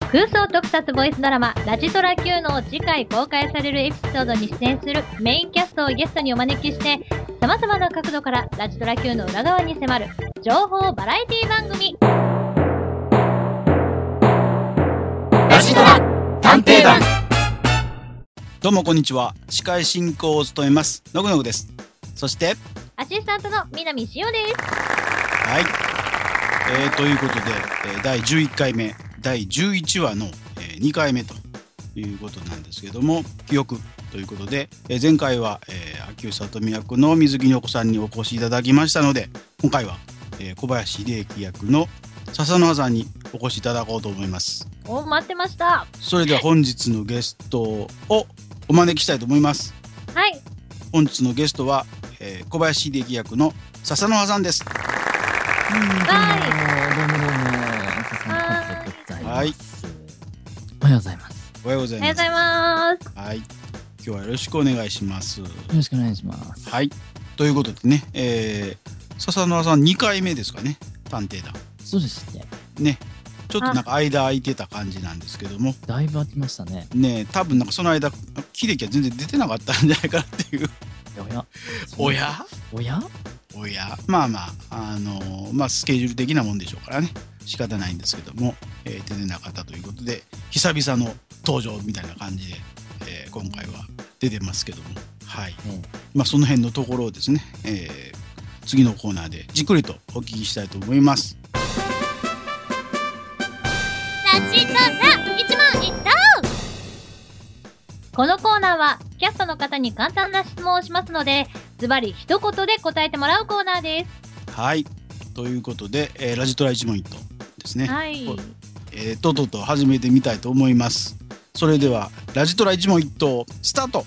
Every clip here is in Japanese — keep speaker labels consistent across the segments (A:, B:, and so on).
A: 空想特撮ボイスドラマ、ラジトラ Q の次回公開されるエピソードに出演するメインキャストをゲストにお招きして、様々な角度からラジトラ Q の裏側に迫る、情報バラエティ番組。
B: ラジドラ探偵団
C: どうもこんにちは。司会進行を務めます。のぐのぐです。そして、
A: アシスタントの南しおです。
C: はい。えーということで、えー第11回目、第11話の、え2回目ということなんですけども、記憶ということで、えー前回は、えー、秋吉里美役の水木の子さんにお越しいただきましたので、今回は、えー小林秀樹役の笹野さんにお越しいただこうと思います。
A: お、待ってました。
C: それでは本日のゲストをお招きしたいと思います。
A: はい。
C: 本日のゲストは、えー小林秀樹役の笹野さんです。
B: どうもどうもどうも。
C: はい
B: おはようございます。
C: おはようござ
A: お
C: い
A: はようご
C: ます。
A: ざいます。
C: はい。今日はよろしくお願いします。
B: よろしくお願いします。
C: はい。ということでね、えー、笹野さん2回目ですかね、探偵だ。
B: そうですね。
C: ね。ちょっとなんか間空いてた感じなんですけども、
B: だいぶ空きましたね。
C: ね、多分なんかその間、秀樹は全然出てなかったんじゃないかなっていう。
B: おや。
C: おや
B: おや
C: おやまあまあ、あのーまあスケジュール的なもんでしょうからね、仕方ないんですけども、えー出てなかったということで、久々の登場みたいな感じで、えー今回は出てますけども、はい。
B: ね
C: まあ、その辺のところをですね、えー次のコーナーでじっくりとお聞きしたいと思います。
A: ラジトラ一問一答このコーナーは、キャストの方に簡単な質問をしますので、ズバリ一言で答えてもらうコーナーで
C: はい。ということで、えーラジトラ一問一答ですね、
A: す。はい。
C: えーとうとうと始めてみたいと思います。それでは、ラジトラ一問一答、スタート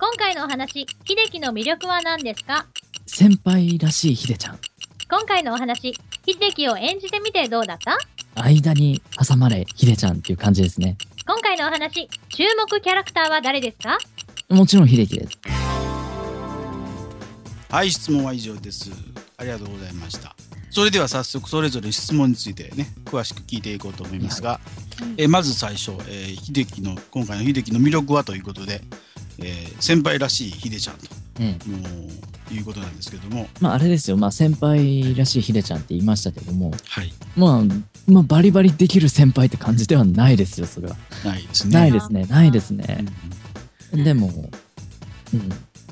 A: 今回のお話、秀樹の魅力は何ですか
B: 先輩らしいひでちゃん。
A: 今回のお話、秀樹を演じてみてどうだった
B: 間に挟まれひでちゃんっていう感じですね。
A: 今回のお話、注目キャラクターは誰ですか
B: もちろん秀樹です。
C: はい、質問は以上です。ありがとうございました。それでは早速それぞれ質問についてね詳しく聞いていこうと思いますが、
A: い
C: えーまず最初、えー秀樹の今回の秀樹の魅力はということで、えー先輩らしい秀ちゃんと
B: ええ。
C: もういうことなんですけども、
B: まああれですよ。まあ先輩らしいひでちゃんって言いましたけども、
C: はい、
B: まあ、まあバリバリできる先輩って感じではないですよ、それは。
C: ないですね。
B: ないですね。ないです
C: う
B: ね
C: ん。
B: でも、うん。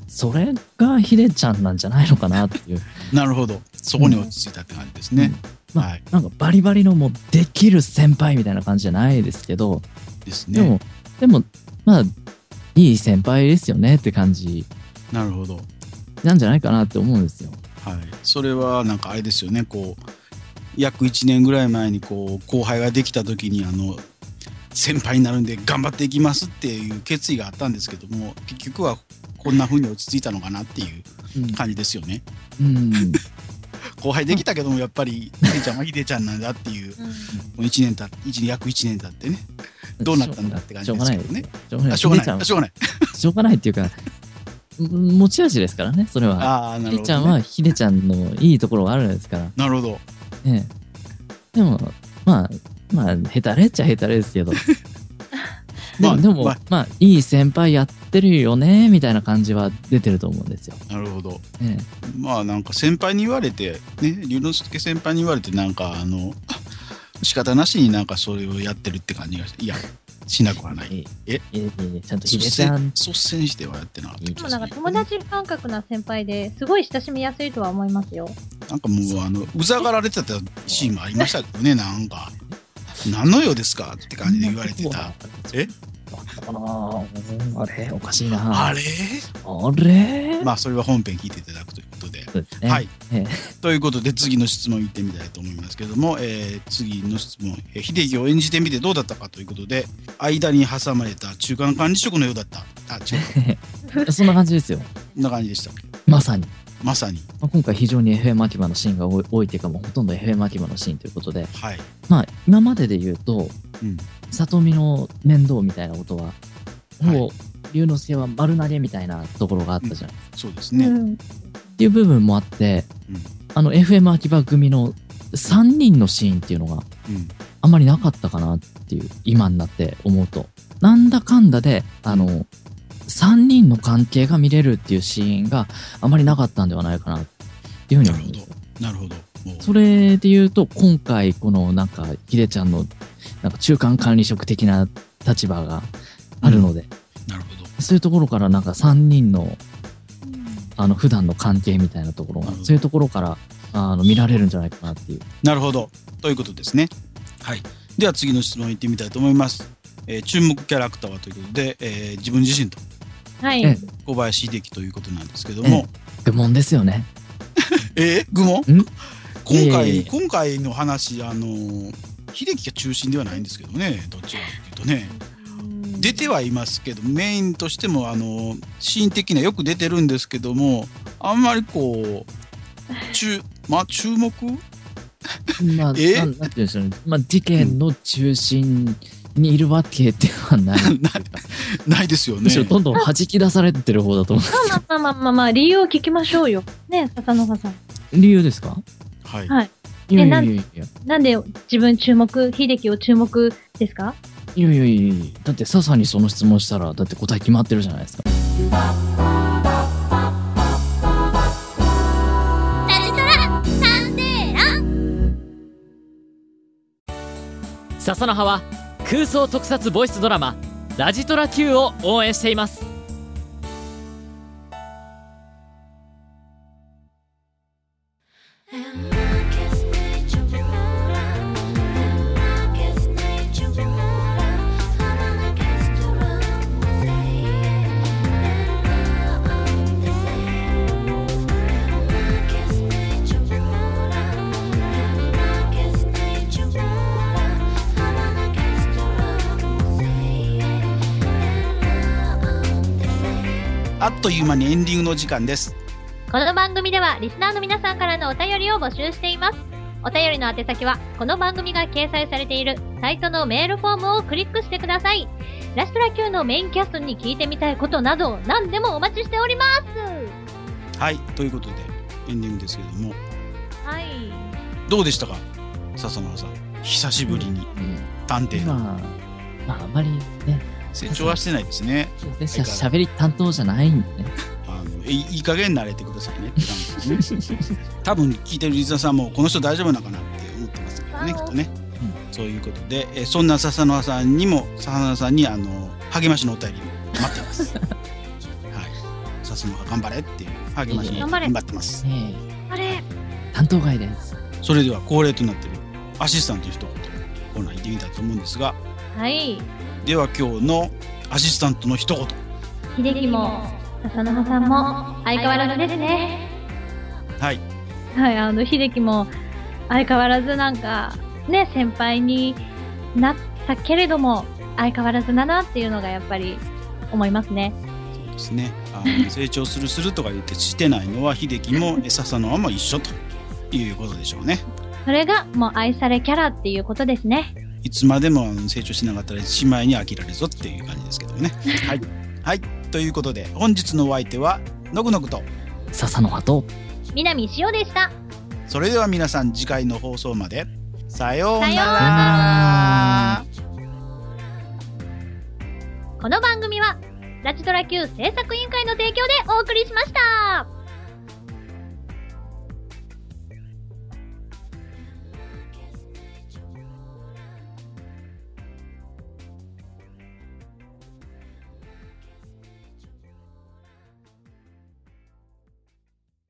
B: それがひでちゃんなんじゃないのかな っていう。
C: なるほど、そこに落ち着いたって感じですね。
B: うん
C: はい、
B: なんかバリバリのもうできる先輩みたいな感じじゃないですけど、
C: です
B: で
C: ね。
B: も、でも、まあ、いい先輩ですよねって感じ
C: なるほど、
B: なんじゃないかなって思うんですよ。
C: はい、それはなんかあれですよね。こう約1年ぐらい前にこう後輩ができた時にあの先輩になるんで頑張っていきますっていう決意があったんですけども、結局はこんな風に落ち着いたのかなっていう感じですよね。
B: うん。
C: 後輩できたけどもやっぱりひでちゃんはひでちゃんなんだっていう。もう1年た一年約1年経ってね。どうなったんだって感じですけどね
B: しょうがな
C: あ
B: い。
C: しょうが
B: ひでちゃ
C: なん い。
B: は
C: しょうがない。
B: しょうがないっていうか、うん持ち味ですからね、それは。
C: ああ、な
B: ひ
C: る
B: で
C: ほ
B: ちゃん
C: ど、
B: は
C: ね。
B: ひでちゃんのいいところがあるんですから。
C: なるほど。
B: ええ。でも、まあ、まあ、へたれっちゃへたれですけど。で
C: まあ
B: も、でも
C: まあ
B: まあ、いい先輩やってるよね、みたいな感じは出てると思うんですよ。
C: なるほど。
B: ええ
C: まあなんか先輩に言われて、ね、龍之介先輩に言われて、なんかあの、 仕方なしになんかそれをやってるって感じがして、いや、しなくはない。
B: い
C: え
B: いいいいちゃんとひ
C: 率
B: でちゃん
C: 先、率先してはやってなかった
A: でもなんか友達感覚な先輩ですごい親しみやすいとは思いますよ。
C: なんかもう、あの、うざがられてたシーンもありましたけど ね、なんか、何の用ですかって感じで言われて た。。え
B: あったかなうんあれおかしいな。
C: あ
B: あ
C: れ
B: れ
C: まあそれは本編聞いていただくということで。
B: そうですね。
C: はい
B: ええ。
C: ということで次の質問いってみたいと思いますけども、えー次の質問、えー秀樹を演じてみてどうだったかということで間に挟まれた中間管理職のようだったあ違う
B: そんな感じですよ。
C: こんな感じでした
B: まさに。
C: まさに
B: まあ、今回非常に FM 秋葉のシーンが多い多いっていうか、もうほとんど FM 秋葉のシーンということで、
C: はい
B: まあ、今までで言うと、
C: うん
B: 里見の面倒みたいなことは、
C: はい
B: もう、龍之介は丸投げみたいなところがあったじゃない、
C: そうですね、
A: うん
B: っていう部分もあって、
C: うん
B: あの、FM 秋葉組の3人のシーンっていうのが
C: うん
B: ああんまりなかったかなっていう今になって思うとなんだかんだであの、3人の関係が見れるっていうシーンがあまりなかったんではないかなっていうふうに思うんですよ
C: なるほど。おう
B: それで言うと今回このなんかヒデちゃんのなんか中間管理職的な立場があるので、
C: なるほど。
B: そういうところからなんか3人のあの普段の関係みたいなところが、
C: うん
B: そういうところからあの見られるんじゃないかなっていう。
C: なるほど。ということですね。はい。では次の質問いってみたいと思います。えー注目キャラクターはということで、えー自分自身と
A: はい。
B: え
C: 小林秀樹ということなんですけども、
B: 愚問ですよね。
C: えー、愚問
B: ん
C: 今
B: いやいやい
C: 回
B: や
C: 今回の話、あのー秀樹が中心ではないんですけどね、どっちかというとね。出てはいますけどメインとしてもあのシーン的にはよく出てるんですけどもあんまりこう注,、まあ、注目
B: まあ、
C: え
B: なんなんていうんでしょうね。まあ、事件の中心にいるわけではない。
C: ないですよ
B: む
C: ね
B: し。ろどんどん弾き出されてる方だと思
A: まあまあまあまあまあ、理由を聞きましょうよ。ね、笹野さん。
B: う。 理由ですか
C: はい
A: はい
B: いやいや
A: なん
B: いやいや。
A: なんで自分注目、秀樹を注目ですか
B: いやいやいやいやだって笹にその質問したら、だって答え決まってるじゃないですか。笹の葉は空想特撮ボイスドラマ「ラジトラ Q」を応援しています
C: あっという間にエンディングの時間です。
A: この番組ではリスナーの皆さんからのお便りを募集しています。お便りの宛先は、この番組が掲載されているサイトのメールフォームをクリックしてください。ラストラ Q のメインキャストに聞いてみたいことなど、何でもお待ちしております。
C: はいということでエンディングですけども
A: はい。
C: どうでしたか笹野さん久しぶりに探偵の
B: 今まああまりね
C: 成長はしてないですね。
B: しゃしゃべり担当じゃないん でね
C: あのいいい加減慣れてくださいねって 感じですね多分聞いてるリスナーさんもこの人大丈夫なのかなって思ってますけどねきっとね、そういうことでえそんな笹野さんにも笹野さんにあの励ましのお便りを待ってます はい笹野が頑張れっていう励ましの
A: 頑張れ
C: 頑張ってます
B: ね
A: あれ
B: え担当外です
C: それでは恒例となってるアシスタント一言コーナー行ってみたいと思うんですが
A: はい。
C: では今日のアシスタントの一言
A: 秀樹も、笹野さんも、相変わらずですね。
C: はい
A: はい、あの、秀樹も相変わらずなんか、ね、先輩になったけれども、相変わらずだなっていうのがやっぱり思いますね。
C: そうですね あの成長するするとか言ってしてないのは秀樹もえ笹野も一緒ということでしょうね
A: それがもう愛されキャラっていうことですね。
C: いつまでもあの成長しなかったらしまいに飽きられるぞっていう感じですけどねはい、はい、ということで本日のお相手はのぐのぐと
B: 笹の葉と
A: 南塩でした。
C: それでは皆さん次回の放送までさような
A: さような
C: ら
A: この番組は、ラチドラ Q 制作委員会の提供でお送りしました。